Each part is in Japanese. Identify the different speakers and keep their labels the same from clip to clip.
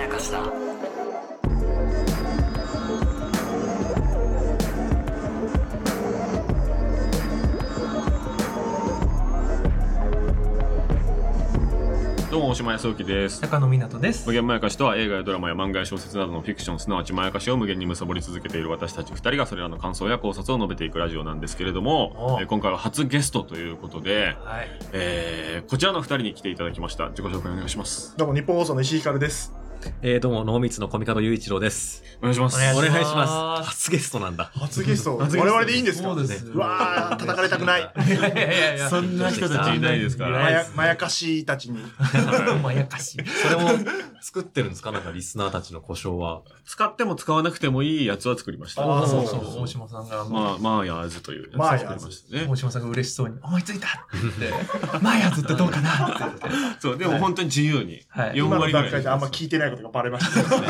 Speaker 1: やかしだ
Speaker 2: どうも、大島康之です。
Speaker 3: 中野湊です
Speaker 2: 無。限まやかしとは映画やドラマや漫画や小説などのフィクション、すなわちまやかしを無限に貪り続けている私たち二人がそれらの感想や考察を述べていくラジオなんですけれども
Speaker 3: お、う
Speaker 2: えー今回は初ゲストということで、
Speaker 3: はい。
Speaker 2: えーこちらの二人に来ていただきました。自己紹介お願いします。
Speaker 4: どうも、日本放送の石井ひかるです。
Speaker 5: えー、どうも、脳密のコミカド雄一郎です。
Speaker 2: お願いします。
Speaker 3: お願い
Speaker 5: お願いし
Speaker 3: し
Speaker 5: ま。
Speaker 3: ますす
Speaker 5: 初ゲストなんだ。
Speaker 4: 初ゲスト、我
Speaker 2: 初ゲスト
Speaker 4: 々でいいんですか
Speaker 3: そうです
Speaker 4: うわー、叩かれたくない。
Speaker 3: いやいやいや
Speaker 2: そんな人たちいないですか
Speaker 3: い
Speaker 4: ま
Speaker 3: ない
Speaker 2: ら。
Speaker 4: やまやかしたちに。
Speaker 3: まやかしい。
Speaker 5: それも作ってるんですかなんかリスナーたちの故障は。
Speaker 2: 使っても使わなくてもいいやつは作りました。
Speaker 4: あーそう
Speaker 3: そうそう。大島さんが、あの
Speaker 2: まあ、まあやーずというやつ
Speaker 4: ま
Speaker 2: を
Speaker 4: あや
Speaker 2: 作
Speaker 4: ー
Speaker 2: り
Speaker 4: ず
Speaker 2: ましたね
Speaker 3: 大。島さんが嬉しそうに、思いついたって。マヤズってどうかなって言ってて。
Speaker 2: そう、でも本当に自由に。
Speaker 3: はい
Speaker 2: 4
Speaker 4: 今の
Speaker 2: 割ぐら
Speaker 4: 段
Speaker 2: い。
Speaker 4: 階じゃあんま聞いてないことがバレまし たね。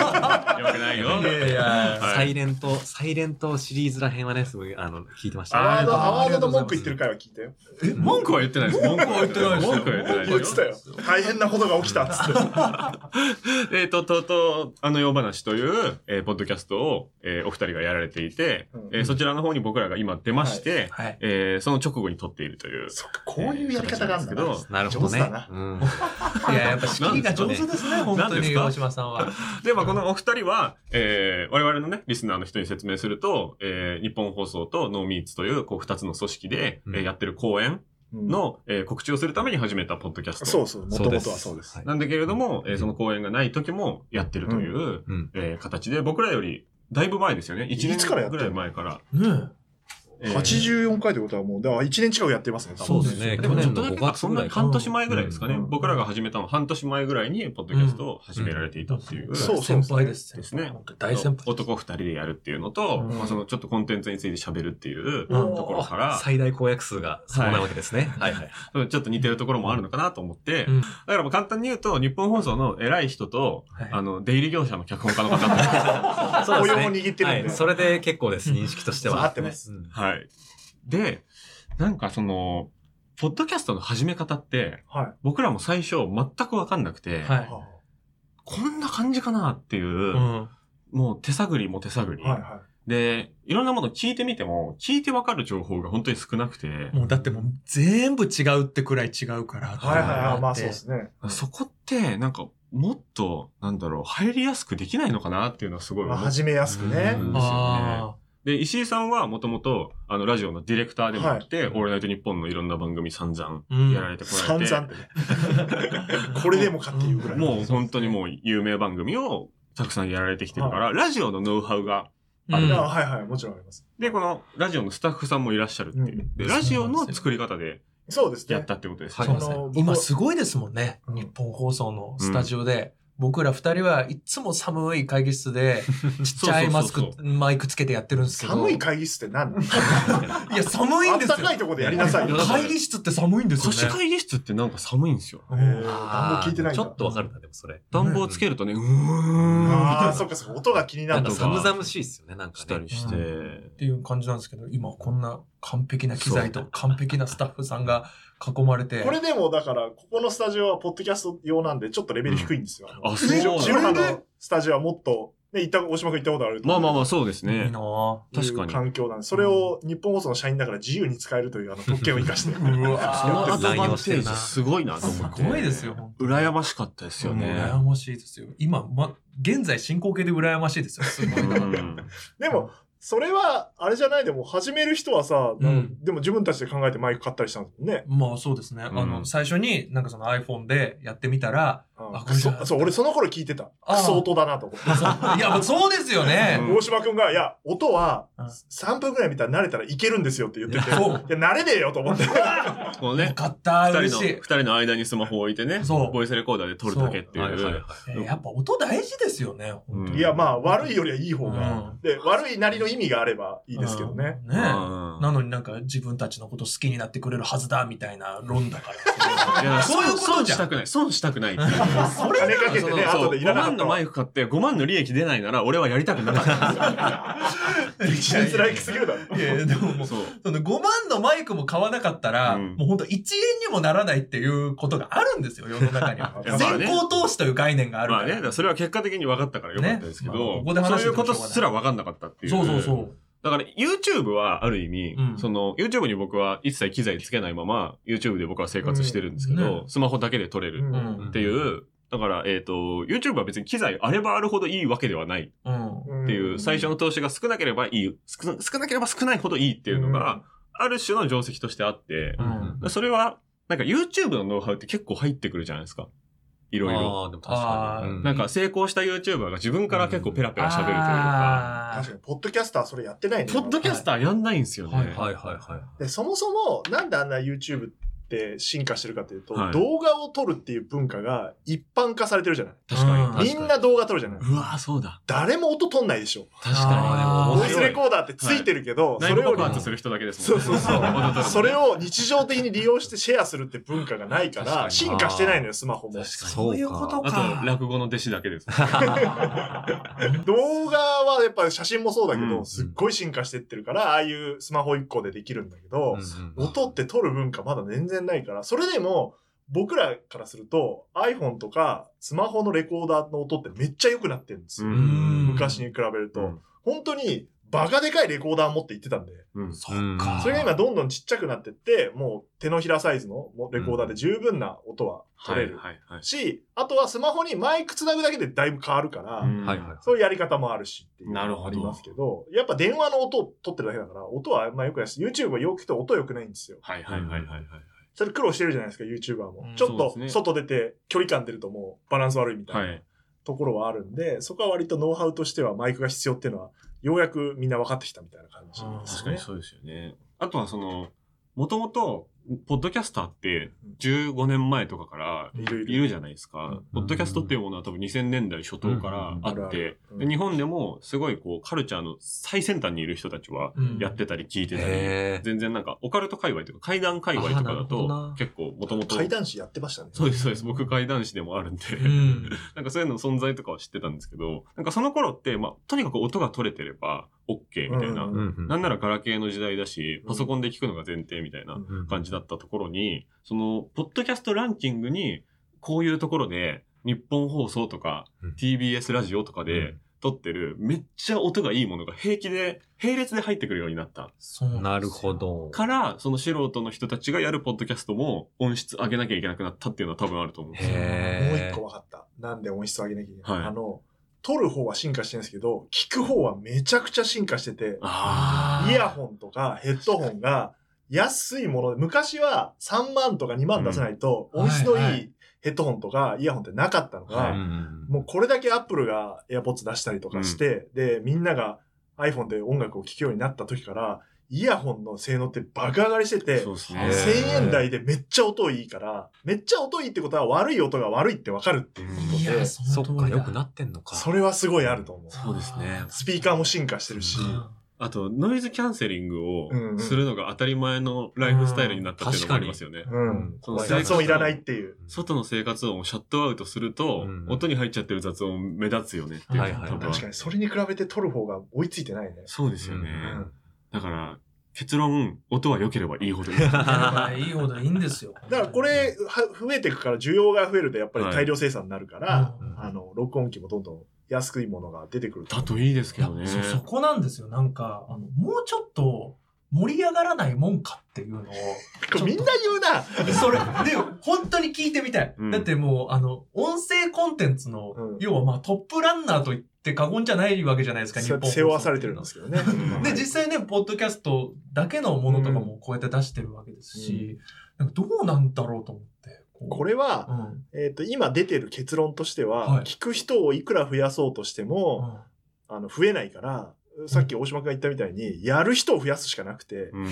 Speaker 2: よくないよ。
Speaker 3: いや
Speaker 2: はい
Speaker 5: サイレント、サイレントシリーズら辺はね、すごい、あの、聞いてまし
Speaker 4: アワー
Speaker 5: た、ね。
Speaker 4: ド、アワ
Speaker 3: あ
Speaker 4: ー
Speaker 3: り
Speaker 4: ド
Speaker 3: がと
Speaker 4: の
Speaker 3: うございます
Speaker 4: 文句言ってる回は聞いたよ。
Speaker 2: 文句は言ってないです。文句は言ってないです。文句は言ってない
Speaker 4: 言ってたよ。大変なことが起きたっつって。
Speaker 2: えー、と、とうとう、あの夜話という、えーポッドキャストを、えーお二人がやられていて、
Speaker 4: うん
Speaker 2: えーそちらの方に僕らが今出まして、
Speaker 3: はい。
Speaker 2: えーその直後に撮っているという。
Speaker 4: そっか、こういうやり方があるんだ
Speaker 2: えー
Speaker 4: な
Speaker 2: そう。
Speaker 5: なるほど
Speaker 4: 上手
Speaker 5: ね
Speaker 4: だな。
Speaker 5: うん。
Speaker 3: いや、やっぱ仕切りが上手ですね、本
Speaker 2: なん
Speaker 3: 当
Speaker 2: です
Speaker 3: に、
Speaker 2: か
Speaker 3: 大島さんは。
Speaker 2: で、まあ、このお二人は、えー我々のね、リスナーの人に説明すると、えー日本放送とノーミーツという、こう、二つの組織で、
Speaker 5: うん
Speaker 2: えーやってる公演
Speaker 4: うん
Speaker 2: の、えー告知をするために始めたポッドキャスト。
Speaker 4: そうそう、もともとはそうです。
Speaker 5: はい
Speaker 2: なんだけれども、えーその公演がない時もやってるという、
Speaker 5: うん。
Speaker 2: えー形で、僕らより、だいぶ前ですよね。1
Speaker 4: いつからや
Speaker 2: 年
Speaker 4: っ
Speaker 2: ぐ
Speaker 4: てる
Speaker 2: らい前から。
Speaker 3: ね
Speaker 2: えー
Speaker 4: 84回ということはもう、だから1年近くやってますね、多
Speaker 5: そ
Speaker 4: 分
Speaker 5: うですね。
Speaker 2: で
Speaker 5: 去
Speaker 2: もちょ
Speaker 5: 年
Speaker 2: っと
Speaker 5: の
Speaker 2: だけ
Speaker 5: 5
Speaker 2: か、
Speaker 5: 月
Speaker 2: そん
Speaker 5: ぐら
Speaker 2: ない
Speaker 5: か
Speaker 2: 半年前ぐらいですかね。
Speaker 4: うん
Speaker 2: 僕らが始めたの半年前ぐらいに、ポッドキャストを始められていたっていう。
Speaker 4: そう
Speaker 3: 先輩です。
Speaker 2: ですね
Speaker 3: 本当に大先輩。
Speaker 2: 男二人でやるっていうのと、
Speaker 3: うん
Speaker 2: まあそのちょっとコンテンツについて喋るっていう
Speaker 3: うん
Speaker 2: ところから、
Speaker 5: 最大公約数がそうなわけですね。はいはい。
Speaker 2: うんちょっと似てるところもあるのかなと思って、
Speaker 3: うん
Speaker 2: だからもう簡単に言うと、日本放送の偉い人と、
Speaker 3: はい
Speaker 2: あの、出入り業者の脚本家の方 が
Speaker 5: そうですね
Speaker 4: お湯も握ってるんで
Speaker 5: はいそれで結構です、認識として
Speaker 4: そう
Speaker 5: は。
Speaker 4: 合ってます。
Speaker 5: うん
Speaker 2: はい。で、なんかその、ポッドキャストの始め方って、
Speaker 4: はい。
Speaker 2: 僕らも最初全くわかんなくて、
Speaker 3: はい。
Speaker 4: は
Speaker 2: こんな感じかなっていう、
Speaker 3: うん。
Speaker 2: もう手探りも手探り。
Speaker 4: いは。
Speaker 2: で、いろんなもの聞いてみても、聞いてわかる情報が本当に少なくて、
Speaker 3: もうだってもう全部違うってくらい違うから。はい
Speaker 4: はいはいはい、まあそうですね。
Speaker 2: そこって、なんか、もっと、なんだろう、入りやすくできないのかなっていうのはすごい
Speaker 4: ま
Speaker 2: 思
Speaker 4: あ
Speaker 2: っ
Speaker 4: 始めやすくね
Speaker 2: う。ん
Speaker 3: あ
Speaker 2: で、石井さんはもともと、あの、ラジオのディレクターでもあって、オールナイトニッポンのいろんな番組散々
Speaker 3: あ。うん
Speaker 2: やられてこら
Speaker 4: 散
Speaker 2: れて、
Speaker 4: 々ってね。これでもかっていうぐらい。
Speaker 2: もう本当にもう有名番組をたくさんやられてきてるから、ラジオのノウハウが、
Speaker 3: う
Speaker 4: あ
Speaker 3: ん
Speaker 4: はいはい、もちろんあります。
Speaker 2: で、このラジオのスタッフさんもいらっしゃるっていう。
Speaker 4: うん
Speaker 2: で、ラジオの作り方で
Speaker 4: そうですね。
Speaker 2: やったってことです
Speaker 5: は
Speaker 2: ね。
Speaker 5: い
Speaker 3: そ
Speaker 5: すいませ
Speaker 3: の今すごいですもんね。
Speaker 4: うん
Speaker 3: 日本放送のスタジオで。僕ら二人はいつも寒い会議室で、ちっちゃいマスク
Speaker 2: そうそう、
Speaker 3: マイクつけてやってるんですけど。
Speaker 4: 寒い会議室って何 なの
Speaker 3: いや、寒い
Speaker 4: あ
Speaker 3: ん
Speaker 4: っ
Speaker 3: です
Speaker 4: た
Speaker 3: よ。
Speaker 4: かいとこでやりなさいよ。
Speaker 2: いや
Speaker 3: 会議室って寒いんですよ
Speaker 2: 貸し
Speaker 3: ね。
Speaker 2: 会議室ってなんか寒いんですよ。
Speaker 4: えー暖房聞いてないん
Speaker 5: ち
Speaker 4: だ。
Speaker 5: ょっとわかるな、でもそれ。
Speaker 2: 暖房つけるとね、うー
Speaker 4: あ
Speaker 2: ん、
Speaker 4: あ、そっかそっか、音が気になる
Speaker 5: なん
Speaker 4: んだ
Speaker 5: か
Speaker 2: さ
Speaker 5: 寒々しいですよね、なんか
Speaker 2: した
Speaker 5: ね
Speaker 2: り。して。
Speaker 3: っていう感じなんですけど、今こんな完璧な機材と完璧なスタッフさんが囲まれて。
Speaker 4: これでもだから、ここのスタジオはポッドキャスト用なんで、ちょっとレベル低いんですよ。
Speaker 2: ん あそう
Speaker 4: 通常
Speaker 2: これ
Speaker 4: 地
Speaker 2: で
Speaker 4: 上波のスタジオはもっと、ね、行った、大島君行ったことある
Speaker 2: まあまあま
Speaker 4: あ。
Speaker 2: あそうです
Speaker 3: いい
Speaker 2: ね
Speaker 3: な。ぁ。
Speaker 2: 確かに
Speaker 4: 環境なんで、それを日本放送の社員だから自由に使えるというあの特権を生か して。
Speaker 2: そのアドバンテージすごいなと
Speaker 3: す
Speaker 2: 思って。
Speaker 3: ごいですよ、本当に
Speaker 2: 羨ましかったですよね。
Speaker 3: 羨ましいですよ。今、ま、現在進行形で羨ましいですよ。すごい。
Speaker 2: うん
Speaker 4: でも、それは、あれじゃない、でも始める人はさ、
Speaker 3: うん
Speaker 4: なんでも自分たちで考えてマイク買ったりしたんですもんね。
Speaker 3: まあそうですね。あ
Speaker 2: うん
Speaker 3: の、最初になんかその iPhone でやってみたら、
Speaker 4: うん
Speaker 3: あこ
Speaker 4: ク
Speaker 3: れじゃ
Speaker 4: ソそう、俺その頃聞いてた。
Speaker 3: あ
Speaker 4: クソ音だなと思って。
Speaker 3: いや、そうですよね。
Speaker 4: 大島くんが、いや、音は
Speaker 3: うん
Speaker 4: 3分くらい見たら慣れたらいけるんですよって言ってて、いや、
Speaker 3: そう。
Speaker 4: 慣れねえよと思って。
Speaker 2: この
Speaker 3: よ
Speaker 2: ね、
Speaker 3: かった、
Speaker 2: 二
Speaker 3: 嬉
Speaker 2: 人の、
Speaker 3: しい
Speaker 2: 二。人の間にスマホを置いてね、
Speaker 3: そう
Speaker 2: ボイスレコーダーで撮るだけってい
Speaker 5: はいはいは
Speaker 2: う
Speaker 5: い。
Speaker 3: えーやっぱ音大事ですよね、本当
Speaker 2: うん
Speaker 3: に。
Speaker 4: いや、まあ、悪いよりはいい方が。
Speaker 3: うん
Speaker 4: で、悪いなりのい意味があればいいですけどね。
Speaker 3: うんね
Speaker 2: うん
Speaker 3: なのになんか自分たちのこと好きになってくれるはずだみたいな論だか
Speaker 2: い
Speaker 3: ら。
Speaker 2: や
Speaker 3: そういうこと
Speaker 2: 損
Speaker 3: じ
Speaker 2: し
Speaker 3: ゃ
Speaker 2: た
Speaker 3: ん。
Speaker 2: くない。損したくないって いう。
Speaker 4: 金かけてね、
Speaker 2: そう
Speaker 4: 後でい
Speaker 2: 5
Speaker 4: らなかっ
Speaker 2: 万
Speaker 4: た
Speaker 2: の
Speaker 4: わ。
Speaker 2: マイク買って5万の利益出ないなら俺はやりたくなかったんで
Speaker 4: 一年辛いきすぎるだろ。
Speaker 3: いやいやでももう
Speaker 2: すよそう。
Speaker 3: その5万のマイクも買わなかったら、
Speaker 2: うん
Speaker 3: もう本当1円にもならないっていうことがあるんですよ、世の中 には
Speaker 4: い。や
Speaker 2: まあね
Speaker 3: 先行投資という概念がある
Speaker 2: ま
Speaker 3: か
Speaker 2: あ
Speaker 3: ら。
Speaker 2: ね、だからそれは結果的に分かったからよかったですけど、
Speaker 3: ねまあここで話
Speaker 2: そ
Speaker 3: し
Speaker 2: う
Speaker 3: て
Speaker 2: いうことすら分かんなかったっていう。
Speaker 3: そうそうそう。
Speaker 2: だから YouTube はある意味、
Speaker 3: うん
Speaker 2: その YouTube に僕は一切機材つけないまま YouTube で僕は生活してるんですけど、
Speaker 3: うんね
Speaker 2: スマホだけで撮れる
Speaker 3: う
Speaker 2: っ
Speaker 3: ん
Speaker 2: ていう、だから、えっ、と、YouTube は別に機材あればあるほどいいわけではない
Speaker 3: うん。
Speaker 2: っていう、最初の投資が少なければいい、少な少なければ少ないほどいいっていうのが、ある種の定石としてあって、
Speaker 3: うん
Speaker 2: それは、なんか YouTube のノウハウって結構入ってくるじゃないですか。いろいろ。
Speaker 5: ああ、でも確かに。
Speaker 3: あー
Speaker 5: な
Speaker 2: なんん
Speaker 5: か、
Speaker 2: か成功した YouTuber が自分から結構ペラペラ喋るというか、
Speaker 3: あ
Speaker 4: 確かに、ポッドキャスターそれやってないね。
Speaker 2: ポッドキャスターやんないんですよね。
Speaker 3: はい
Speaker 5: はいはいはい。
Speaker 4: でそもそも、なんであんな YouTube って進化してるかというと、
Speaker 2: はい
Speaker 4: 動画を撮るっていう文化が一般化されてるじゃない。
Speaker 2: 確かに
Speaker 3: うん
Speaker 2: 確かに。
Speaker 4: みんな動画撮るじゃない。
Speaker 2: うわーそうだ。
Speaker 4: 誰も音撮んないでしょ。
Speaker 2: 確
Speaker 3: あ
Speaker 2: かに。
Speaker 3: ー
Speaker 4: ボ
Speaker 2: 面
Speaker 4: イス
Speaker 2: 白い。
Speaker 4: レコーダーってついてるけど、
Speaker 2: 内
Speaker 4: そ
Speaker 2: 部
Speaker 4: れよ
Speaker 2: 告
Speaker 4: り
Speaker 2: 発する人だけです
Speaker 4: そ
Speaker 2: も
Speaker 4: う
Speaker 2: ね。
Speaker 4: んそうそ
Speaker 2: わざ
Speaker 4: う。
Speaker 2: と
Speaker 4: それを日常的に利用してシェアするって文化がないか、
Speaker 2: 確からに
Speaker 4: 進化してないのよ、スマホも。
Speaker 3: そういうこと
Speaker 5: そう
Speaker 3: か。
Speaker 2: あと、落語の弟子だけです。
Speaker 4: 動画はやっぱ写真もそうだけ
Speaker 2: う
Speaker 4: ど、
Speaker 2: ん
Speaker 4: すっごい進化してってるから、ああいうスマホ1個でできるんだけ
Speaker 5: う
Speaker 4: ど
Speaker 5: ん、うん
Speaker 4: 音って撮る文化まだ全然ないから、それでも僕らからすると iPhone とかスマホのレコーダーの音ってめっちゃ良くなってるんですよ。
Speaker 2: うん
Speaker 4: 昔に比べると。
Speaker 2: うん
Speaker 4: 本当にバカでかいレコーダー持って行ってたんで、
Speaker 2: うん
Speaker 3: そっか。
Speaker 4: それが今どんどんちっちゃくなってって、もう手のひらサイズのもうレコーダーで十分な音は撮れる
Speaker 2: はいはい
Speaker 4: し、あとはスマホにマイクつなぐだけでだいぶ変わるから、
Speaker 2: はい。
Speaker 5: はいはい。
Speaker 4: そういうやり方もあるしっていう
Speaker 2: なる
Speaker 4: の
Speaker 2: ほ
Speaker 4: も
Speaker 2: ど
Speaker 4: ありますけど、やっぱ電話の音を取ってるだけだから、音はあんま良くないし、YouTube はよくて音良くないんですよ。
Speaker 2: はいはいはいはいはい。
Speaker 4: それ苦労してるじゃないですか、YouTuber も
Speaker 3: う。ん
Speaker 4: ちょっ
Speaker 2: そうで
Speaker 4: と
Speaker 2: すね
Speaker 4: 外出て距離感出るともうバランス悪いみたい
Speaker 2: は。
Speaker 4: ないところはあるんで、そこは割とノウハウとしてはマイクが必要っていうのは、ようやくみんな分かってきたみたいな感じですね。
Speaker 2: 確かにそうですよね。あとはその、もともと、ポッドキャスターって15年前とかから
Speaker 4: いるいる。
Speaker 2: いるじゃないですか。ポッドキャストっていうものは多分2000年代初頭からあ
Speaker 4: うんうんうんあ
Speaker 2: っ
Speaker 4: る
Speaker 2: て
Speaker 4: ある、
Speaker 2: で日本でもすごいこうカルチャーの最先端にいる人たちは
Speaker 3: うん
Speaker 2: やってたり聞いてたり、
Speaker 5: へえ。
Speaker 2: 全然なんかオカルト界隈とか階段界隈とか
Speaker 5: あーな
Speaker 2: だ
Speaker 5: るほ
Speaker 2: と
Speaker 5: どな
Speaker 2: 結構もともと。
Speaker 4: 階段誌やってましたね。
Speaker 2: そうですそうです。僕階段師でもあるんで、
Speaker 3: うん。
Speaker 2: なんかそういうの存在とかは知ってたんですけど、なんかその頃って、まあとにかく音が取れてれば OK みたいな。
Speaker 4: うん
Speaker 5: ん
Speaker 2: なんならガラケーの時代だし
Speaker 4: う、ん
Speaker 2: パソコンで聞くのが前提みたいな
Speaker 5: うん
Speaker 2: 感じだったところに、その、ポッドキャストランキングに、こういうところで、日本放送とか
Speaker 5: うん、
Speaker 2: TBS ラジオとかで撮ってる、めっちゃ音がいいものが平気で、並列で入ってくるようになった。
Speaker 3: そうなんですよ
Speaker 5: なるほ。ど。
Speaker 2: から、その素人の人たちがやるポッドキャストも音質上げなきゃいけなくなったっていうのは多分あると思うんですよ。
Speaker 4: もう
Speaker 5: へ
Speaker 4: 一
Speaker 5: え。
Speaker 4: 個分かった。なんで音質を上げなきゃいけない。
Speaker 2: はい
Speaker 4: あの、撮る方は進化してるんですけど、聞く方はめちゃくちゃ進化してて、
Speaker 2: あ
Speaker 4: イヤホンとかヘッドホンが安いもので、昔は3万とか2万出さないと、
Speaker 3: うん
Speaker 4: 音質の
Speaker 3: はいいはい
Speaker 4: ヘッドホンとかイヤホンってなかったのが、
Speaker 2: はい
Speaker 5: うん
Speaker 4: もうこれだけアップルが AirPods 出したりとかして、で、みんなが iPhone で音楽を聴くようになった時から、イヤホンの性能って爆上がりして
Speaker 2: あ。
Speaker 4: て、
Speaker 2: そうです
Speaker 5: へ
Speaker 2: ね。
Speaker 5: ー
Speaker 4: 1000円台でめっちゃ音いいから、めっちゃ音いいってことは悪い音が悪いってわかるっていうこと
Speaker 3: い
Speaker 4: で
Speaker 3: や、、
Speaker 5: そ
Speaker 3: そ
Speaker 5: っか、良くな
Speaker 3: っ
Speaker 5: ってんのか。
Speaker 4: それはすごいあると思う。
Speaker 2: そうですね。
Speaker 4: スピーカーも進化してるし、
Speaker 2: あと、ノイズキャンセリングを
Speaker 4: うんうん
Speaker 2: するのが当たり前のライフスタイルになったっていうのもありますよね。
Speaker 4: う。
Speaker 5: うんん。
Speaker 2: その
Speaker 5: 怖
Speaker 4: 雑音いらないっ。ていう。
Speaker 2: 外の生活音をシャットアウトすると、
Speaker 5: うん
Speaker 2: 音に入っちゃってる雑音目立つよねっていう、
Speaker 5: はいはい
Speaker 2: 多分
Speaker 4: 確かに、それに比べて撮る方が追いついてないね。
Speaker 2: そうですよね、
Speaker 4: うん
Speaker 2: だから結論音は良ければいい ほどいい
Speaker 3: た。いいほどいいんですよ。
Speaker 4: だからこれ、は増えていくから、需要が増えるとやっぱり大量生産になるから、
Speaker 5: うん
Speaker 4: あの、録音機もどんどん安くいいものが出てくると
Speaker 2: だといいです
Speaker 3: い
Speaker 2: け
Speaker 3: や
Speaker 2: どね
Speaker 3: そそこなんですよ。なんか、あの、もうちょっと盛り上がらないもんかっていうのを。
Speaker 4: これみんな言うな
Speaker 3: それ、で、本当に聞いてみたい。
Speaker 2: うん
Speaker 3: だってもう、あの、音声コンテンツの、
Speaker 4: うん
Speaker 3: 要はまあトップランナーと言って過言じゃないわけじゃないですか、日
Speaker 4: そうや
Speaker 3: 本放
Speaker 4: って
Speaker 3: 送
Speaker 4: 背負わされてるんですけどね。
Speaker 2: うん
Speaker 3: で、実際ね、ポッドキャストだけのものとかもこうやって出してるわけですし、なんかどうなんだろうと思って。こう
Speaker 4: これは、
Speaker 3: うん。
Speaker 4: えっ、と、今出てる結論としては、
Speaker 3: はい
Speaker 4: 聞く人をいくら増やそうとしても、あの、増えないから、さっき大島君が言ったみたいに、やる人を増やすしかなくて、
Speaker 2: うん
Speaker 3: うん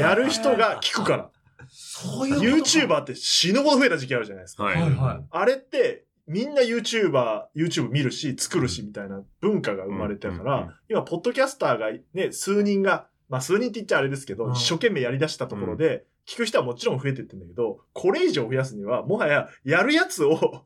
Speaker 4: やる人が聞くから。
Speaker 3: そういうことか
Speaker 4: YouTuber って死ぬほど増えた時期あるじゃないですか。
Speaker 2: はい、
Speaker 3: はいはい。
Speaker 4: あれって、みんな YouTuber、YouTube 見るし、作るし、みたいな文化が生まれたから、
Speaker 2: うんうんうん
Speaker 4: 今、ポッドキャスターがね、数人が、まあ数人って言っちゃあれですけど、
Speaker 3: うん
Speaker 4: 一生懸命やり出したところで、聞く人はもちろん増えてってんだけど、これ以上増やすには、もはや、やるやつを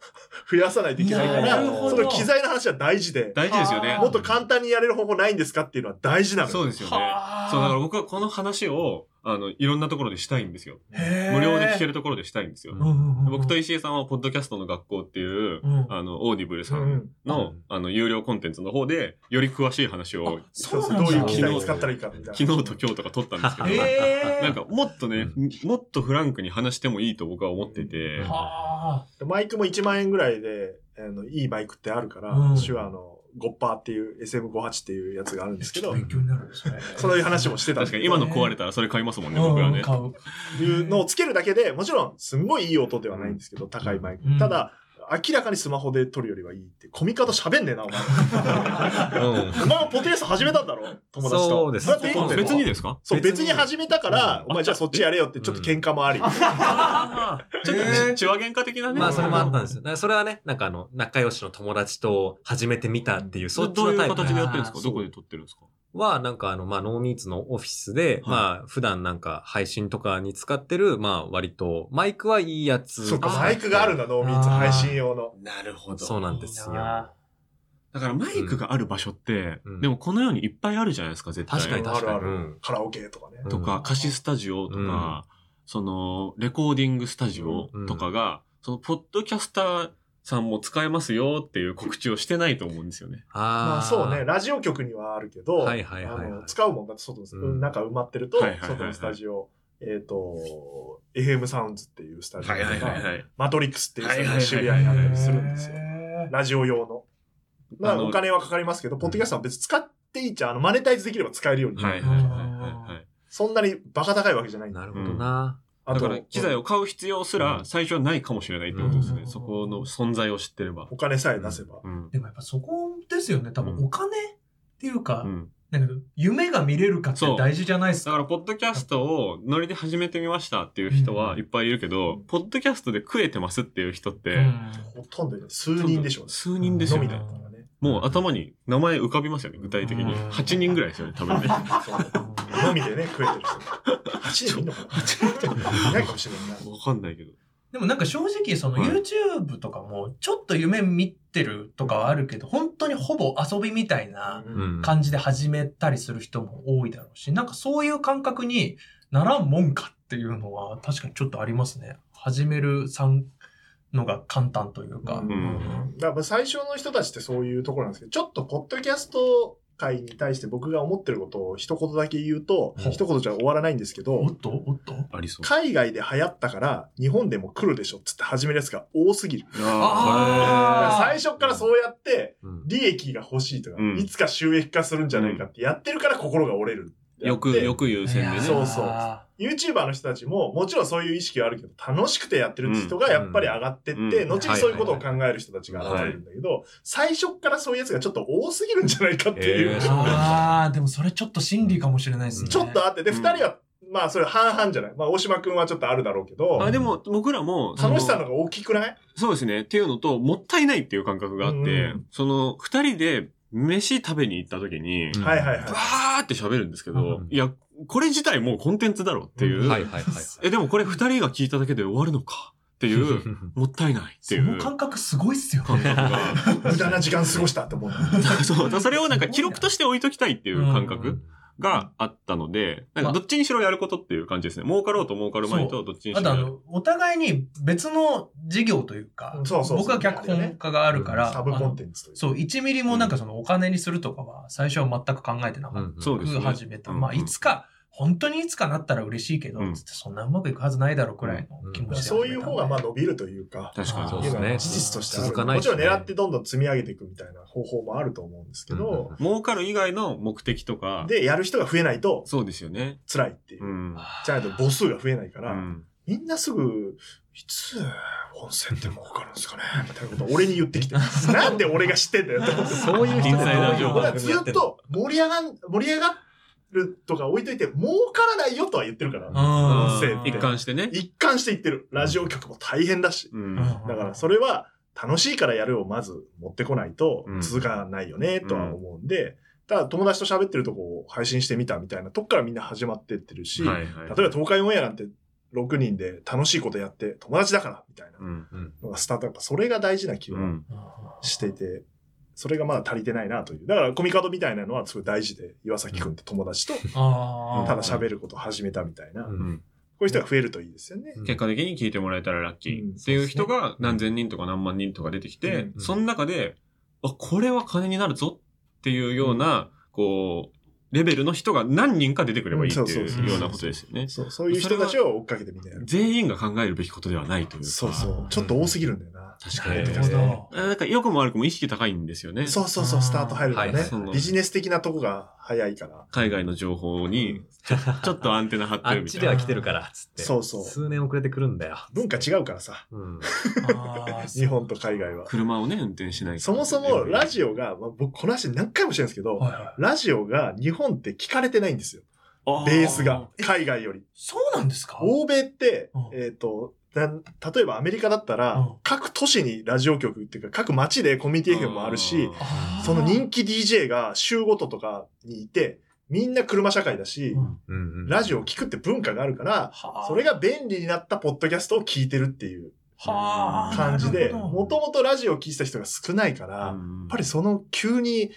Speaker 4: 増やさないといけないか
Speaker 5: な
Speaker 4: ら、
Speaker 5: るほど
Speaker 4: その機材の話は大事で、
Speaker 2: 大事ですよね。
Speaker 3: あー
Speaker 4: もっと簡単にやれる方法ないんですかっていうのは大事なのよ
Speaker 2: そうですよね。
Speaker 3: はあ
Speaker 2: そう、だから僕はこの話を、あの、いろんなところでしたいんですよ。
Speaker 3: へー
Speaker 2: 無料で聞けるところでしたいんですよ。
Speaker 5: うん
Speaker 3: うんうんうん
Speaker 2: 僕と石井さんは、ポッドキャストの学校っていう、
Speaker 3: うん
Speaker 2: あの、オーディブルさ
Speaker 4: うんん
Speaker 2: の、
Speaker 5: うん
Speaker 2: あの、有料コンテンツの方で、より詳しい話を
Speaker 3: あ、
Speaker 4: そ
Speaker 3: そうう
Speaker 4: そう
Speaker 3: なん
Speaker 4: ど
Speaker 3: だ
Speaker 4: ういう機材使ったらいいかみたいな。
Speaker 2: 昨日と今日とか撮ったんですけど、
Speaker 3: へー
Speaker 2: なんかもっとね、もっとフランクに話してもいいと僕は思ってて、
Speaker 5: うん
Speaker 3: はあ
Speaker 4: マイクも1万円ぐらいで、あのいいマイクってあるから、
Speaker 3: うん
Speaker 4: 手話のゴッパーっていう SM58 っていうやつがあるんですけど、
Speaker 3: 勉強になるそれ
Speaker 4: そういう話もしてたん
Speaker 2: 確
Speaker 4: で
Speaker 2: か
Speaker 4: すけ
Speaker 2: に
Speaker 4: ど
Speaker 2: 今の壊れたらそれ買いますもんね、僕はね。
Speaker 3: 買う
Speaker 4: いうのをつけるだけで、もちろんすんごいいい音ではないんですけど、高いマイク。
Speaker 3: うん
Speaker 4: ただ、明らかにスマホで撮るよりはいいって、コミカド喋んねえな、お前。
Speaker 5: うん
Speaker 4: お前もポテンス始めたんだろ友達と。
Speaker 5: そうです
Speaker 4: だっていい
Speaker 2: あ
Speaker 4: ことだよ
Speaker 2: 別にですか
Speaker 4: そう、別に始めたから、お前じゃあそっちやれよって、ちょっと喧嘩もあり。
Speaker 2: ちょっと、ちわ喧嘩的なね。
Speaker 5: まあそれもあったんですよ。だからそれはね、なんかあの、仲良しの友達と始めてみたっていう、そっち
Speaker 2: どう
Speaker 5: の
Speaker 2: い
Speaker 5: タ
Speaker 2: う
Speaker 5: イプ
Speaker 2: 形でやってるんですか
Speaker 3: あー
Speaker 2: どこで撮ってるんですか
Speaker 5: は、なんかあの、まあ、ノーミーツのオフィスで、
Speaker 2: はい
Speaker 5: まあ、普段なんか配信とかに使ってる、まあ、割と、マイクはいいやつ。
Speaker 4: そうか、マイクがあるんだ、ノーミーツ配信用の。
Speaker 2: なるほ
Speaker 5: そうなんです
Speaker 3: いい
Speaker 5: よ。
Speaker 3: な
Speaker 2: だからマイクがある場所って、
Speaker 5: うん
Speaker 2: でもこのようにいっぱいあるじゃないですか、絶対。
Speaker 5: 確かに
Speaker 4: あ
Speaker 5: 確
Speaker 4: る
Speaker 5: か
Speaker 4: あ
Speaker 5: に。う
Speaker 4: る
Speaker 5: ん。
Speaker 4: カラオケとかね。
Speaker 2: と
Speaker 5: う
Speaker 2: か
Speaker 5: ん、
Speaker 2: 歌詞スタジオとか、その、レコーディングスタジオとかが、その、ポッドキャスターさんも使えますよっていう告知をしてないと思うんですよね。
Speaker 5: あー
Speaker 4: まあそうね、。ラジオ局にはあるけど、
Speaker 5: はいはいはいはい
Speaker 4: あの使うもんだって外の、
Speaker 5: うん
Speaker 4: 中埋まってると、
Speaker 2: はいはいはいはい
Speaker 4: 外のスタジオ、えっ、と、FM サウンズっていうスタジオとか、
Speaker 2: はい。
Speaker 4: マトリックスっていうスタジオ
Speaker 2: は
Speaker 4: が
Speaker 2: いはいはいや
Speaker 4: 渋谷にあった
Speaker 2: や
Speaker 4: りするんですよ。
Speaker 3: へ
Speaker 4: ラジオ用の。ま
Speaker 2: あ
Speaker 4: あ
Speaker 2: の
Speaker 4: お金はかかりますけど、ポッドキャストは別に使っていいじゃん、あの、マネタイズできれば使えるように、
Speaker 2: はいはいはいはいはい。
Speaker 4: そんなにバカ高いわけじゃないんだ
Speaker 5: なるほどな。
Speaker 4: あ
Speaker 2: だ
Speaker 4: と
Speaker 2: から機材を買う必要すら
Speaker 5: うん
Speaker 2: 最初はないかもしれないってことですね。
Speaker 3: うん
Speaker 2: そこの存在を知ってれば。
Speaker 4: お金さえ出せば。
Speaker 2: うん
Speaker 3: ー。でもやっぱそこですよね多
Speaker 2: うん
Speaker 3: 分お金っていうか
Speaker 2: うん
Speaker 3: なんか夢が見れるかって
Speaker 2: そう
Speaker 3: 大事じゃないです
Speaker 2: だ
Speaker 3: か
Speaker 2: から、ポッドキャストをノリで始めてみましたっていう人はいっぱいいるけど、
Speaker 4: うん
Speaker 2: ポッドキャストで食えてますっていう人って、
Speaker 3: うん
Speaker 4: ほとんどいない数人でしょうね。
Speaker 2: 数人ですよ
Speaker 4: のみ
Speaker 2: ね
Speaker 4: だ。ったらね。
Speaker 2: もう頭に名前浮かびますよね、具体的に。
Speaker 3: うん
Speaker 2: 8人ぐらいですよね、多分 ね。
Speaker 4: のみでね、食えてる人。8人いんのかないないかもしれないな。
Speaker 2: わかんないけど。
Speaker 3: でもなんか正直その
Speaker 2: はい
Speaker 3: YouTube とかもちょっと夢見てるとかはあるけど本当にほぼ遊びみたいな
Speaker 5: うん。
Speaker 3: 感じで始めたりする人も多いだろうしなんかそういう感覚にならんもんかっていうのは確かにちょっとありますね始めるさんのが簡単というか、
Speaker 4: うん
Speaker 2: うん
Speaker 4: だから最初の人たちってそういうところなんですけど、ちょっとポッドキャスト界に対して僕が思ってることを一言だけ言うと、
Speaker 3: はい
Speaker 4: 一言じゃ終わらないんですけ
Speaker 3: お
Speaker 4: ど
Speaker 3: っ、とおっと
Speaker 2: ありそう。
Speaker 4: 海外で流行ったから日本でも来るでしょっつって始めるやつが多すぎる。
Speaker 3: あー
Speaker 4: だから最初からそうやって
Speaker 5: うん
Speaker 4: 利益が欲しいとか、
Speaker 2: うん
Speaker 4: いつか収益化するんじゃないかってやってるから心が折れる。
Speaker 2: よく、よく言う宣伝ね。
Speaker 4: そうそう
Speaker 3: いや
Speaker 4: YouTuber の人たちももちろんそういう意識はあるけど楽しくてやってるって人がやっぱり上がってって、
Speaker 2: うんうん
Speaker 4: 後にそういうことを考える人たちが現れるんだけど、最初からそういうやつがちょっと多すぎるんじゃないかっていう、
Speaker 3: ー
Speaker 5: へ
Speaker 3: あーでもそれちょっと真理かもしれないですね
Speaker 4: ちょっとあってで
Speaker 2: うん
Speaker 4: 二人はまあそれ半々じゃないまあ大島君はちょっとあるだろうけど
Speaker 2: あでも、僕らも、その
Speaker 4: 楽しさの方が大きくない
Speaker 2: そうですね。っていうのと、もったいないっていう感覚があって、
Speaker 4: うん
Speaker 2: その、二人で飯食べに行った時に、
Speaker 5: うん
Speaker 4: はいはいはい
Speaker 2: バーって喋るんですけど、
Speaker 5: うん
Speaker 2: いや、これ自体もうコンテンツだろっていう。
Speaker 5: はいはいはい。
Speaker 2: え、でもこれ二人が聞いただけで終わるのかって いう、もったいないって
Speaker 3: そ
Speaker 2: い
Speaker 3: の
Speaker 2: う
Speaker 3: 感覚すごいっすよ
Speaker 2: 感
Speaker 3: ね
Speaker 2: 覚が。
Speaker 4: 無駄な時間過ごしたって思う
Speaker 2: そう。それをなんか記録として置いときたいっていう感
Speaker 3: う
Speaker 2: 覚があったので、なんかどっちにしろやることっていう感じですね。儲かろうと儲かる前とどっちにし
Speaker 3: あ
Speaker 2: ろ
Speaker 3: と
Speaker 2: や
Speaker 3: あ
Speaker 2: る。
Speaker 3: の、お互いに別の事業というか、
Speaker 4: そうそうそう
Speaker 3: 僕は脚本家があるから、
Speaker 4: サブコン
Speaker 3: あの
Speaker 4: テンツという
Speaker 3: そう、1ミリもなんかそのお金にするとかは最初は全く考えてなかっ
Speaker 2: そう
Speaker 3: た。
Speaker 2: ですね
Speaker 3: 始めた。
Speaker 2: うん
Speaker 3: まあ、いつか、本当にいつかなったら嬉しいけど、
Speaker 2: うん
Speaker 3: つってそんなうまくいくはずないだろうくらいの気持ちで、
Speaker 4: そういう方がまあ伸びるというか
Speaker 2: 確かに
Speaker 5: そ
Speaker 2: そううで
Speaker 5: で
Speaker 2: すす
Speaker 4: っていうの
Speaker 5: ね
Speaker 4: は。事実としてある
Speaker 5: 続かない
Speaker 4: もちろん狙ってどんどん積み上げていくみたいな方法もあると思うんですけど、
Speaker 2: 儲かる以外の目的とか、
Speaker 4: でやる人が増えないと
Speaker 2: そうですよね。
Speaker 4: 辛いっていう
Speaker 2: う。ん。
Speaker 4: じゃないと母数が増えないか
Speaker 2: う
Speaker 4: ら、
Speaker 2: ん
Speaker 4: みんなすぐ、いつ温泉って儲かるんですかねみたいなことを俺に言ってきて、 なんで俺が知ってんだよって思って。
Speaker 5: そういう
Speaker 2: 人材な情報
Speaker 4: 俺はずっと盛り上がん、盛り上がるとか置いといて、儲からないよとは言ってるから、
Speaker 3: うん
Speaker 4: 音声って
Speaker 2: 一貫してね。
Speaker 4: 一貫して言ってる。ラジオ局も大変だし。
Speaker 2: うん
Speaker 3: うん
Speaker 4: だからそれは、楽しいからやるをまず持ってこないと
Speaker 5: うん
Speaker 4: 続かないよね、とは思うんで、ただ友達と喋ってるとこを配信してみたみたいなとこからみんな始まってってるし、
Speaker 2: はいはい。
Speaker 4: 例えば東海オンエアなんて6人で楽しいことやって友達だからみたいな
Speaker 2: うん。
Speaker 4: のがスタートアップ、それが大事な気
Speaker 2: う
Speaker 4: は
Speaker 2: ん。
Speaker 4: してて、それがまだ足りてないなという。だからコミカドみたいなのはすごい大事で、岩崎くんって友達と
Speaker 3: ああ。
Speaker 4: ただ喋ることを始めたみたいな、
Speaker 5: う
Speaker 4: こ
Speaker 5: ん
Speaker 2: うん
Speaker 4: ういう人が増えるといいですよね。
Speaker 2: 結果的に聞いてもらえたらラッキ
Speaker 4: うん
Speaker 2: ーっていう人が何千人とか何万人とか出てきて、
Speaker 4: うん
Speaker 5: うん
Speaker 2: その中で、あ、これは金になるぞっていうような、こう、レベルの人が何人か出てくればいいって
Speaker 4: うんそ
Speaker 2: いう
Speaker 3: そう
Speaker 2: うようなことですよね。
Speaker 4: そう、そういう人たちを追っかけてみたいな。
Speaker 2: 全員が考えるべきことではないというか。
Speaker 4: そうそう。ちょっと多すぎるんだよな。
Speaker 2: 確
Speaker 3: な
Speaker 2: かに
Speaker 3: るほど。
Speaker 2: あなんか良くも悪くも意識高いんですよね。
Speaker 4: そうそうそう、スタート入るから
Speaker 5: は
Speaker 4: ね
Speaker 5: い
Speaker 2: そ。の
Speaker 4: ビジネス的なとこが早いから。
Speaker 2: 海外の情報に、ちょっとアンテナ張っ
Speaker 5: あ
Speaker 2: て
Speaker 5: っ
Speaker 2: るみた
Speaker 5: ち
Speaker 2: い
Speaker 5: で
Speaker 2: な。
Speaker 5: は来てるから、つって。
Speaker 4: そうそう
Speaker 5: 数年遅れてくるんだよ。
Speaker 4: 文化違うからさ、
Speaker 5: うん。
Speaker 3: あー
Speaker 4: 日本と海外は。
Speaker 2: 車をね、運転しない
Speaker 4: そもそもラ
Speaker 2: ジ
Speaker 4: ジオが、まあ僕この話何回もしてるんですけど、
Speaker 3: はいはい
Speaker 4: ラジオが日本って聞かれてないんですよ。ベースが。。海外より。
Speaker 3: そうなんですか
Speaker 4: 欧米って
Speaker 3: うん、
Speaker 4: えっ、と、なん例えばアメリカだったら、
Speaker 3: うん
Speaker 4: 各都市にラジオ局っていうか、各町でコミュニティ FM もあるし、
Speaker 3: あー
Speaker 4: その人気 DJ が週ごととかにいて、みんな車社会だし、
Speaker 3: うん
Speaker 5: うんうん。
Speaker 4: ラジオを聞くって文化があるから、
Speaker 3: はあ
Speaker 4: それが便利になったポッドキャストを聞いてるっていう
Speaker 3: はあ
Speaker 4: 感じ
Speaker 3: な
Speaker 4: で、
Speaker 3: るほど
Speaker 4: もともとラジオを聞いてた人が少ないから、
Speaker 2: や
Speaker 4: やっぱりその急に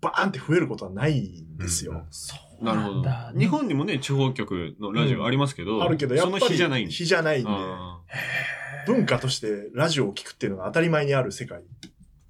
Speaker 4: バーンって増えることはないんですよ。
Speaker 5: うん
Speaker 3: そう
Speaker 2: なる
Speaker 3: な
Speaker 2: ほ
Speaker 3: ん
Speaker 2: ど
Speaker 3: だ。。
Speaker 2: 日本にもね、地方局のラジオありますけど、
Speaker 4: あるけど、やっぱり
Speaker 2: その日じゃないんで。
Speaker 4: 日じゃないんで、
Speaker 2: あー
Speaker 4: 文化としてラジオを聞くっていうのが当たり前にある世界。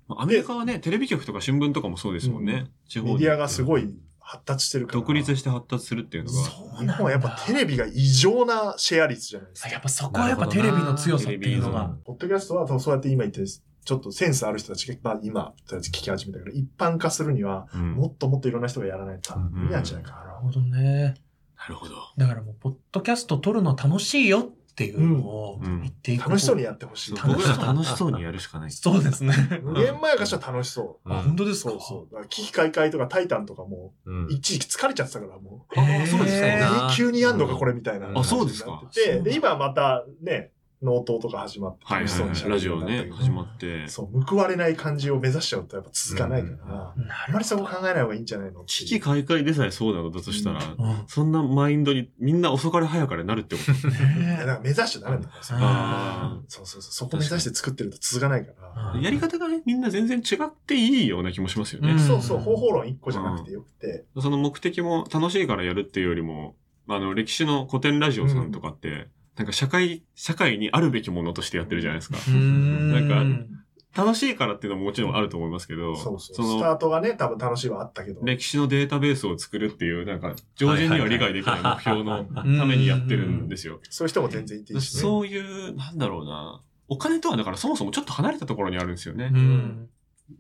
Speaker 2: まあアメリカはね、テレビ局とか新聞とかもそうですもんね。
Speaker 4: うん
Speaker 2: 地方
Speaker 4: メディアが
Speaker 2: す
Speaker 4: すごい発達してるから。
Speaker 2: 独立して発達するっていうのが、
Speaker 3: そうなん
Speaker 4: 日
Speaker 3: だ。
Speaker 4: 本はやっぱテレビが異常なシェア率じゃないです
Speaker 3: あ
Speaker 4: か。
Speaker 3: やっぱそこはやっぱテレビの強さっていうのが。
Speaker 4: ポッドキャストはそうやって今言ってる、ちょっとセンスある人たちが、まあ今、とりあえず聞き始めたけど、一般化するには、
Speaker 2: うん
Speaker 4: もっともっといろんな人がやらないとダメなんじゃないか
Speaker 3: なる
Speaker 4: な。
Speaker 3: ほどね。
Speaker 2: なるほど。
Speaker 3: だからもう、ポッドキャスト撮るの楽しいよっていうのを
Speaker 2: うん
Speaker 3: 言っていく。
Speaker 4: 楽しそうにやってほしい。
Speaker 3: 楽し
Speaker 2: 僕
Speaker 3: そう
Speaker 2: ら楽しそうにやるしかない。
Speaker 3: そうですね。
Speaker 4: 無限前かしは楽しそう。
Speaker 3: あ、本当ですか
Speaker 4: そうそう。だから、危機開会とかタイタンとかも、
Speaker 5: うん。
Speaker 4: 一時期疲れちゃってたから、もう。
Speaker 3: へー
Speaker 2: あそうですか
Speaker 5: えー
Speaker 4: え急にやんのか、これみたいな。
Speaker 5: あ
Speaker 2: そうですか
Speaker 4: で、で今またね、納刀とか始まって、
Speaker 2: はい
Speaker 4: 楽し
Speaker 2: はい
Speaker 4: そ
Speaker 2: は
Speaker 4: うに。
Speaker 2: い。ラジオね、始まってて。
Speaker 4: そう、報われない感じを目指しちゃうとやっぱ続かないから、
Speaker 3: な
Speaker 4: あまりそこ考えない方がいいんじゃないの
Speaker 2: 危機開会でさえそうなのだとしたら、
Speaker 3: うん
Speaker 2: そんなマインドにみんな遅かれ早かれなるってこと。
Speaker 4: いやだ
Speaker 3: ね
Speaker 4: から目指しちゃダメだからそこ
Speaker 2: あ
Speaker 4: そうそうそう。そこ目指して作ってると続かないから。
Speaker 3: うん
Speaker 2: やり方がね、みんな全然違っていいような気もしますよね。
Speaker 3: うん
Speaker 4: そうそう、方法論一個じゃなくてよくて。
Speaker 2: その目的も楽しいからやるっていうよりも、あの、歴史の古典ラジオさんとかって、なんか社会、社会にあるべきものとしてやってるじゃないですか。
Speaker 3: うーん。
Speaker 2: なん楽しいからっていうのももちろんあると思いますけど、
Speaker 4: そうそう。スタ
Speaker 2: の、
Speaker 4: ートがね、多分楽しいはあったけど。
Speaker 2: 歴史のデータベースを作るっていう、なんか、常人には理解できない目標のためにやってるんですよ。
Speaker 4: そういう人も全然いていいしね。
Speaker 2: そういう、なんだろうな。お金とはだからそもそもちょっと離れたところにあるんですよね
Speaker 3: う。ん。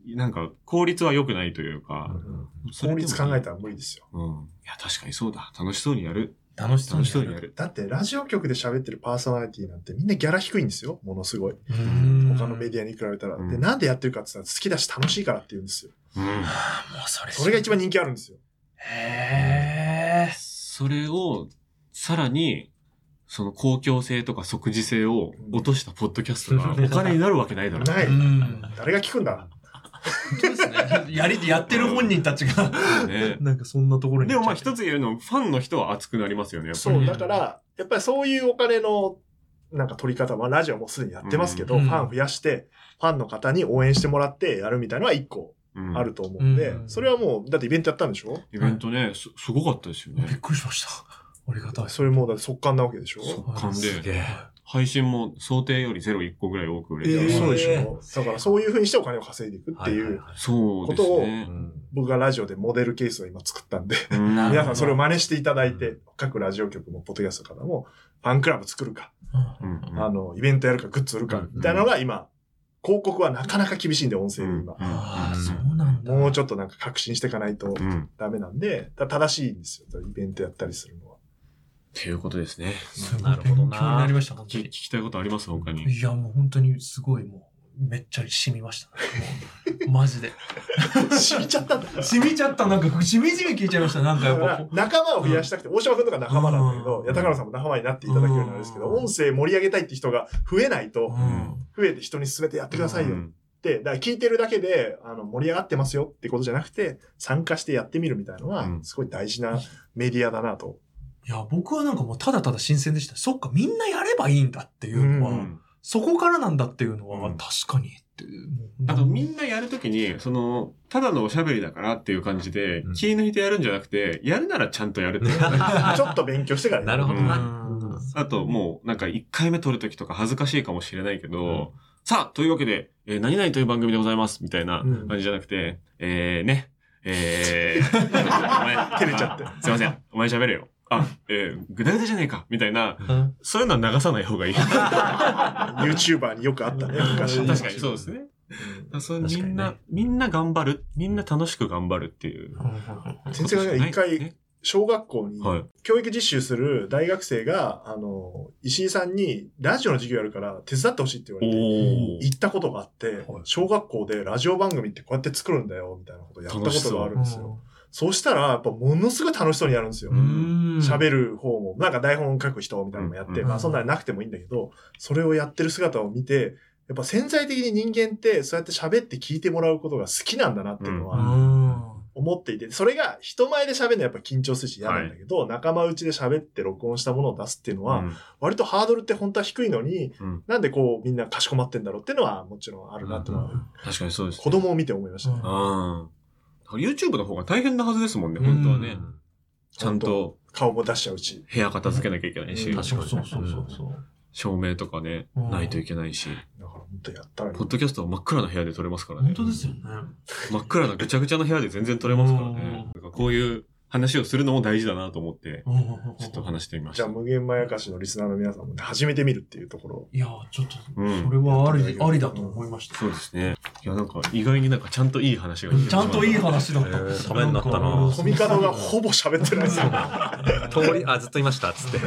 Speaker 2: なんか、効率は良くないというか。
Speaker 4: うん
Speaker 2: それ
Speaker 4: 効
Speaker 2: でもいい
Speaker 4: 率考えたら無理ですよ。
Speaker 2: うん。いや、確かにそうだ。楽しそうにやる。
Speaker 3: 楽しそう
Speaker 2: 楽しそうに
Speaker 3: に
Speaker 2: や
Speaker 3: やる。
Speaker 2: る。
Speaker 4: だって、ラジオ局で喋ってるパーソナリティなんてみんなギャラ低いんですよ。ものすごい。
Speaker 3: うん
Speaker 4: 他のメディアに比べたら。
Speaker 2: うん
Speaker 4: で、なんでやってるかって言ったら好きだし楽しいからって言うんですよ。
Speaker 2: うん。
Speaker 3: はあもうそれ
Speaker 4: それが一番人気あるんですよ。
Speaker 3: へえ。
Speaker 2: それを、さらに、その公共性とか即時性を落としたポッドキャストがお金になるわけないだろう。
Speaker 4: ない。
Speaker 3: うん。
Speaker 4: 誰が聞くんだ
Speaker 3: 本当ですね。やり、やってる本人たち が。
Speaker 2: ね
Speaker 3: なんかそんなところに。
Speaker 2: でもまあ一
Speaker 3: つ。
Speaker 2: つ言えるのは、ファンの人は熱くなりますよね、やっぱり。
Speaker 4: そう、だから、やっぱりそういうお金の、なんか取り方は、ラジオもすでにやってますけど、
Speaker 3: うん
Speaker 4: ファン増やして、ファンの方に応援してもらってやるみたいのは一個
Speaker 2: うん
Speaker 4: あると思うんで、
Speaker 3: うん
Speaker 4: それはもう、だってイベントやったんでしょ
Speaker 2: イベントね、す、すごかったですよ
Speaker 3: びっ
Speaker 2: ね。
Speaker 3: くりしました。ありがたい。
Speaker 4: それもうだって速乾なわけでしょ
Speaker 2: そう
Speaker 3: はい
Speaker 2: 感です
Speaker 3: げえ。
Speaker 2: 配信も想定よりゼロ1個ぐらい多く売れ
Speaker 4: え
Speaker 2: て、
Speaker 4: ー
Speaker 5: え
Speaker 4: そうでしょだからそういうふうにしてお金を稼いでいくっていう、
Speaker 5: はいはいはい
Speaker 2: そうですね。
Speaker 4: 僕がラジオでモデルケースを今作ったんで、
Speaker 2: うん
Speaker 3: なるほど
Speaker 4: 皆さんそれを真似していただいて、
Speaker 5: う
Speaker 4: 各ラジオ局も、ポッドキャストからも、ファンクラブ作るか、
Speaker 2: うんうん
Speaker 4: あの、イベントやるか、グッズ売るか、みたいなのが今、広告はなかなか厳しいんで、音声で今。
Speaker 3: ああ、
Speaker 5: うん
Speaker 3: そうなんだ。
Speaker 4: もう
Speaker 3: ょ
Speaker 4: ちょっとなんか革新していかないと
Speaker 2: うんうんっ
Speaker 4: ダメなんで、だ正しいんですよ。イベントやったりするのは。
Speaker 2: ていうことですね。
Speaker 3: っ
Speaker 5: なるほど
Speaker 3: 勉
Speaker 5: な
Speaker 3: 強になりました、本当
Speaker 2: き聞
Speaker 3: に。
Speaker 2: きたいことあります他に。
Speaker 3: いや、もう本当にすごいもう。めっちゃ染みました、ね。もうマジで。
Speaker 4: 染みちゃったんだ。
Speaker 3: 染みちゃった、なんか、しみじみ聞いちゃいました、なんかや
Speaker 4: だ
Speaker 3: っ
Speaker 4: か
Speaker 3: ぱ
Speaker 4: ら。仲間を増やしたくて、大島君とか仲間なんだけ
Speaker 3: う
Speaker 4: ど
Speaker 3: ん、
Speaker 4: いや、高野さんも仲間になっていただけるようになるんですけど、
Speaker 3: うん
Speaker 4: 音声盛り上げたいって人が増えないと
Speaker 3: う、ん
Speaker 4: 増えて人に勧めてやってくださいよって、だから聞いてるだけで、あの、盛り上がってますよってことじゃなくて、参加してやってみるみたいのは
Speaker 2: う、ん
Speaker 4: すごい大事なメディアだなと。
Speaker 3: いや、僕はなんかもうただただ新鮮でした。そっか、みんなやればいいんだっていうのは、
Speaker 4: う
Speaker 3: そこからなんだっていうのは、
Speaker 2: うん
Speaker 3: 確かにっていう。もう
Speaker 2: あとみんなやるときに、その、ただのおしゃべりだからっていう感じで
Speaker 5: うん、
Speaker 2: 気抜いてやるんじゃなくて、やるならちゃんとやるっていう。
Speaker 4: ちょっと勉強してからね
Speaker 5: なるほど
Speaker 3: う
Speaker 5: な。
Speaker 3: ん
Speaker 2: あともう、なんか1回目撮るときとか恥ずかしいかもしれないけど、
Speaker 5: うん
Speaker 2: さあ、というわけで、えー何々という番組でございます、みたいな
Speaker 4: うん
Speaker 2: 感じじゃなくて、えー、ね、えー、お前
Speaker 4: 照れちゃって
Speaker 2: あすいません、お前喋れよ。あ、えー、ぐだぐだじゃねえか、みたいな、
Speaker 3: うん
Speaker 2: そういうのは流さない方がいい。
Speaker 4: YouTuber によくあったね、昔。
Speaker 2: 確かにそうですね。だからそういうみんな、
Speaker 5: 確
Speaker 2: みんな頑張る。みんな楽しく頑張るっていう。
Speaker 4: 先生がね一回
Speaker 2: ね
Speaker 4: 小学校に
Speaker 2: はい
Speaker 4: 教育実習する大学生が、あの、石井さんにラジオの授業やるから手伝ってほしいって言わ
Speaker 2: お
Speaker 4: れて、
Speaker 2: ー
Speaker 4: 行ったことがあって
Speaker 3: はい、
Speaker 4: 小学校でラジオ番組ってこうやって作るんだよ、みたいなことをやったことがあるんですよ。そうしたら、やっぱものすごい楽しそうにやるんですよ
Speaker 3: う。ん。
Speaker 4: 喋る方も、なんか台本書く人みたいなのもやって、
Speaker 3: うん
Speaker 4: まあそんなになくてもいいんだけど、それをやってる姿を見て、やっぱ潜在的に人間ってそうやって喋って聞いてもらうことが好きなんだなっていうの
Speaker 3: う
Speaker 4: は
Speaker 3: ん。
Speaker 4: 思っていて、それが人前で喋るのはやっぱ緊張するし嫌なんだけど、仲間内で喋って録音したものを出すっていうのは、割とハードルって本当は低いのに、
Speaker 2: うん
Speaker 4: なんでこうみんなかしこまってんだろうっていうのはもちろんあるなっていうのは、
Speaker 2: 確かにそうです。
Speaker 4: 子供を見て思いましたね。
Speaker 2: ああ。YouTube の方が大変なはずですもんね、
Speaker 3: うん
Speaker 2: 本当はね。ちゃんと
Speaker 4: 顔も出しちゃうし。
Speaker 2: 部屋片付けなきゃいけないし、
Speaker 3: うん
Speaker 5: 確かに
Speaker 3: そうそうそうそう。
Speaker 2: 照明とかね、
Speaker 3: うん
Speaker 2: ないといけないし、
Speaker 4: だから本当やったらいい
Speaker 2: ポッドキャストは真っ暗な部屋で撮れますから
Speaker 3: 本
Speaker 2: ね。
Speaker 3: 当ですよね。
Speaker 2: 真っ暗なぐちゃぐちゃな部屋で全然撮れますからね。なんかこういう話をするのも大事だなと思って、ちょっと話してみまし
Speaker 4: じゃ
Speaker 2: た
Speaker 4: あ。無限まやかしのリスナーの皆さんもね、始めてみるっていうところを
Speaker 3: いやー、ちょっと、
Speaker 2: うん
Speaker 3: それはあり、ありだと思いました。
Speaker 2: そうですね。いや、なんか意外になんかちゃんといい話が聞けて
Speaker 3: ち
Speaker 2: しま
Speaker 3: ゃ
Speaker 2: った
Speaker 3: んといい話だった。
Speaker 5: えーためになったな
Speaker 4: コミカドがほぼ喋ってないですよ。
Speaker 5: 通り、あ、ずっといました、つって。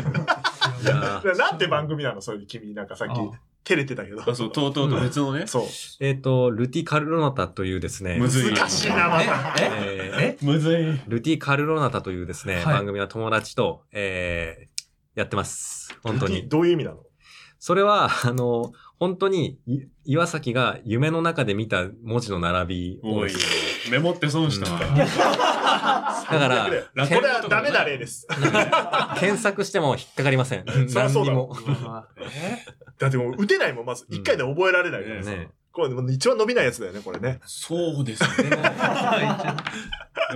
Speaker 5: いやー
Speaker 4: なんて番組なのそれで君、なんかさっき
Speaker 3: あ、
Speaker 4: 照れてたけど。
Speaker 2: あ、そう、とうとうと別のね、
Speaker 4: そう。
Speaker 5: えっと、ルティ・カルロナタというですね、
Speaker 2: むずい。
Speaker 4: 難しいな、また。
Speaker 3: え
Speaker 5: えー
Speaker 3: え
Speaker 2: むずい。
Speaker 5: ルティ・カルロナタというですね、
Speaker 3: はい
Speaker 5: 番組の友達と、えーやってます。本当に。
Speaker 4: どういう意味なの
Speaker 5: それは、あの、本当に、い岩崎が夢の中で見た文字の並びを
Speaker 2: お
Speaker 5: で
Speaker 2: い
Speaker 5: すね、
Speaker 2: メモって損したわ。
Speaker 5: だから
Speaker 4: これ
Speaker 2: ラ
Speaker 4: は
Speaker 2: テン
Speaker 4: これはダメな例です。
Speaker 5: 検索しても引っかかりません。
Speaker 4: そりゃ
Speaker 5: 何
Speaker 4: そう
Speaker 5: に
Speaker 4: だ
Speaker 5: も。
Speaker 4: だってもう打てないもん、まず。一回で覚えられないから
Speaker 2: う
Speaker 4: さ
Speaker 2: ん
Speaker 5: ね
Speaker 4: これ、もう一番伸びないやつだよね、これね。
Speaker 2: そうですね。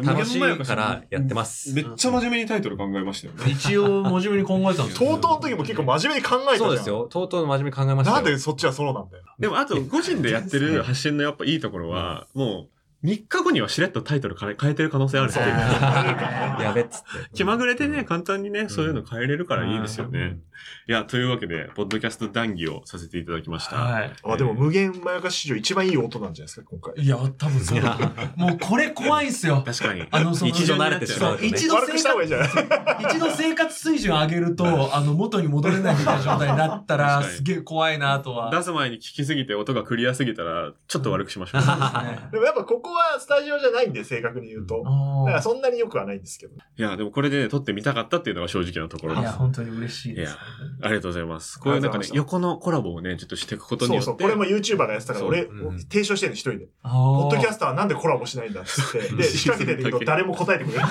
Speaker 5: 楽しいからやってます
Speaker 2: めっちゃ真面目にタイトル考えましたよね。
Speaker 3: 一応、真面目に考えたんですけ
Speaker 4: と
Speaker 3: ど
Speaker 4: うとうの時も結構真面目に考えたじゃん。
Speaker 5: そうです。よ。とうとう真面目に考えましたよ。
Speaker 4: なんでそっちはソロなんだよ。
Speaker 2: でも、あと、個人でやってる発信のやっぱいいところは、もう、3日後にはしれっとタイトル変え変えてる可能性あるっていう。
Speaker 5: やべっつって。
Speaker 2: 気まぐれでね、簡単に
Speaker 5: ん
Speaker 2: ね、そういうの変えれるからいいですよ
Speaker 5: う
Speaker 2: ね
Speaker 5: ん。
Speaker 2: いや、というわけで、ポッドキャスト談義をさせていただきました。
Speaker 3: はい。
Speaker 4: あ、でも無限まやかし史上一番いい音なんじゃないですか、今回。
Speaker 3: いや、多分そうだ。もうこれ怖いんすよ。
Speaker 2: 確かに。
Speaker 3: あの、その、
Speaker 5: 一度慣れてしまうとね
Speaker 3: そ一度
Speaker 4: 悪
Speaker 3: 生
Speaker 4: く
Speaker 3: 活
Speaker 4: した方がいいんじゃない
Speaker 3: 一度生活水準上げると、あの、元に戻れないみたいな状態になったら、
Speaker 2: 確かに
Speaker 3: すげえ怖いなとは。
Speaker 2: 出す前に聞きすぎて音がクリアすぎたら、ちょっと悪くしましょ う。
Speaker 4: でもやっぱここはスタジオじゃないんで、正確に言うと。だからそんなによくはないんですけど。
Speaker 2: いや、でもこれでね、撮ってみたかったっていうのが正直なところ
Speaker 3: い
Speaker 2: で
Speaker 3: や、
Speaker 2: す。
Speaker 3: 本当に嬉しいです。
Speaker 2: ありがとうございます。こういうなんか
Speaker 4: あ
Speaker 2: ね、
Speaker 4: りが
Speaker 2: 横のコラボをね、ちょっとしていくことに
Speaker 4: そ
Speaker 2: よ
Speaker 4: う
Speaker 2: って。
Speaker 4: そう。これも YouTuber がやってたから、
Speaker 2: そう
Speaker 4: 俺、
Speaker 5: うん
Speaker 4: 提唱してるの一人で。ポ
Speaker 3: ポ
Speaker 4: ッドキャスターはなんでコラボしないんだっつって。で、仕掛けてるけど誰も答えてくれない。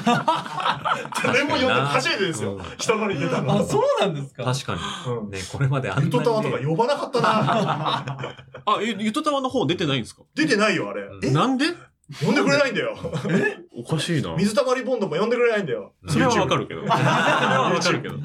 Speaker 4: 誰も呼んで、初めてですよ
Speaker 5: うん。
Speaker 4: 人のに出たの。
Speaker 3: あ、そうなんですか
Speaker 5: 確かに。
Speaker 4: うん。
Speaker 5: ね、これまであ
Speaker 4: ゆ
Speaker 5: んな
Speaker 4: とたわ
Speaker 5: に
Speaker 4: と
Speaker 5: ね、
Speaker 4: か呼ばなかったな。
Speaker 2: あ、ゆ、ゆとたわの方出てないんですか
Speaker 4: 出てないよ、あれ。
Speaker 5: うん
Speaker 2: なんで
Speaker 4: 呼んでくれないんだよ。
Speaker 2: おかしいな。
Speaker 4: 水たまりボンドも呼んでくれないんだよ。
Speaker 2: それはわかる けど。それはわかるけど。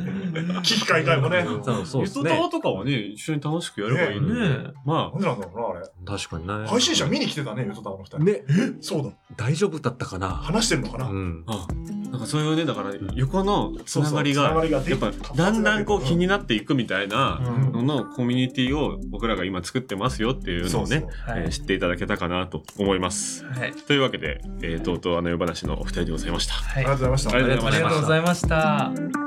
Speaker 4: 危機開会もね。なんで
Speaker 5: そうそう
Speaker 2: ゆ
Speaker 5: です
Speaker 2: とた
Speaker 5: ね
Speaker 2: わ。とかはね、一緒に楽しくやればいいのに。
Speaker 3: ね
Speaker 2: まあ、
Speaker 4: なんだろうな、あれ。
Speaker 5: 確かにね。
Speaker 4: 配信者見に来てたね、ゆとたわの二人。
Speaker 5: ね、
Speaker 4: そうだ。
Speaker 5: 大丈夫だったかな
Speaker 4: 話してんのかな。
Speaker 5: うん。
Speaker 2: あなんかそういうね、だから横のつながり
Speaker 4: そうそうつなが
Speaker 2: が、
Speaker 4: りがで
Speaker 2: やっぱだんだんこう気になっていくみたいな
Speaker 4: うん
Speaker 2: ののコミュニティを僕らが今作ってますよっていうのをね、
Speaker 3: は
Speaker 2: えー
Speaker 3: い。
Speaker 2: 知っていただけたかなと思います。
Speaker 3: はい。
Speaker 2: というわけで、えー、とうとうあの夜話のお二人でございました。
Speaker 3: は
Speaker 4: あり
Speaker 3: い
Speaker 4: がとうございました。
Speaker 2: ありがとうございました
Speaker 3: ありがとうございました。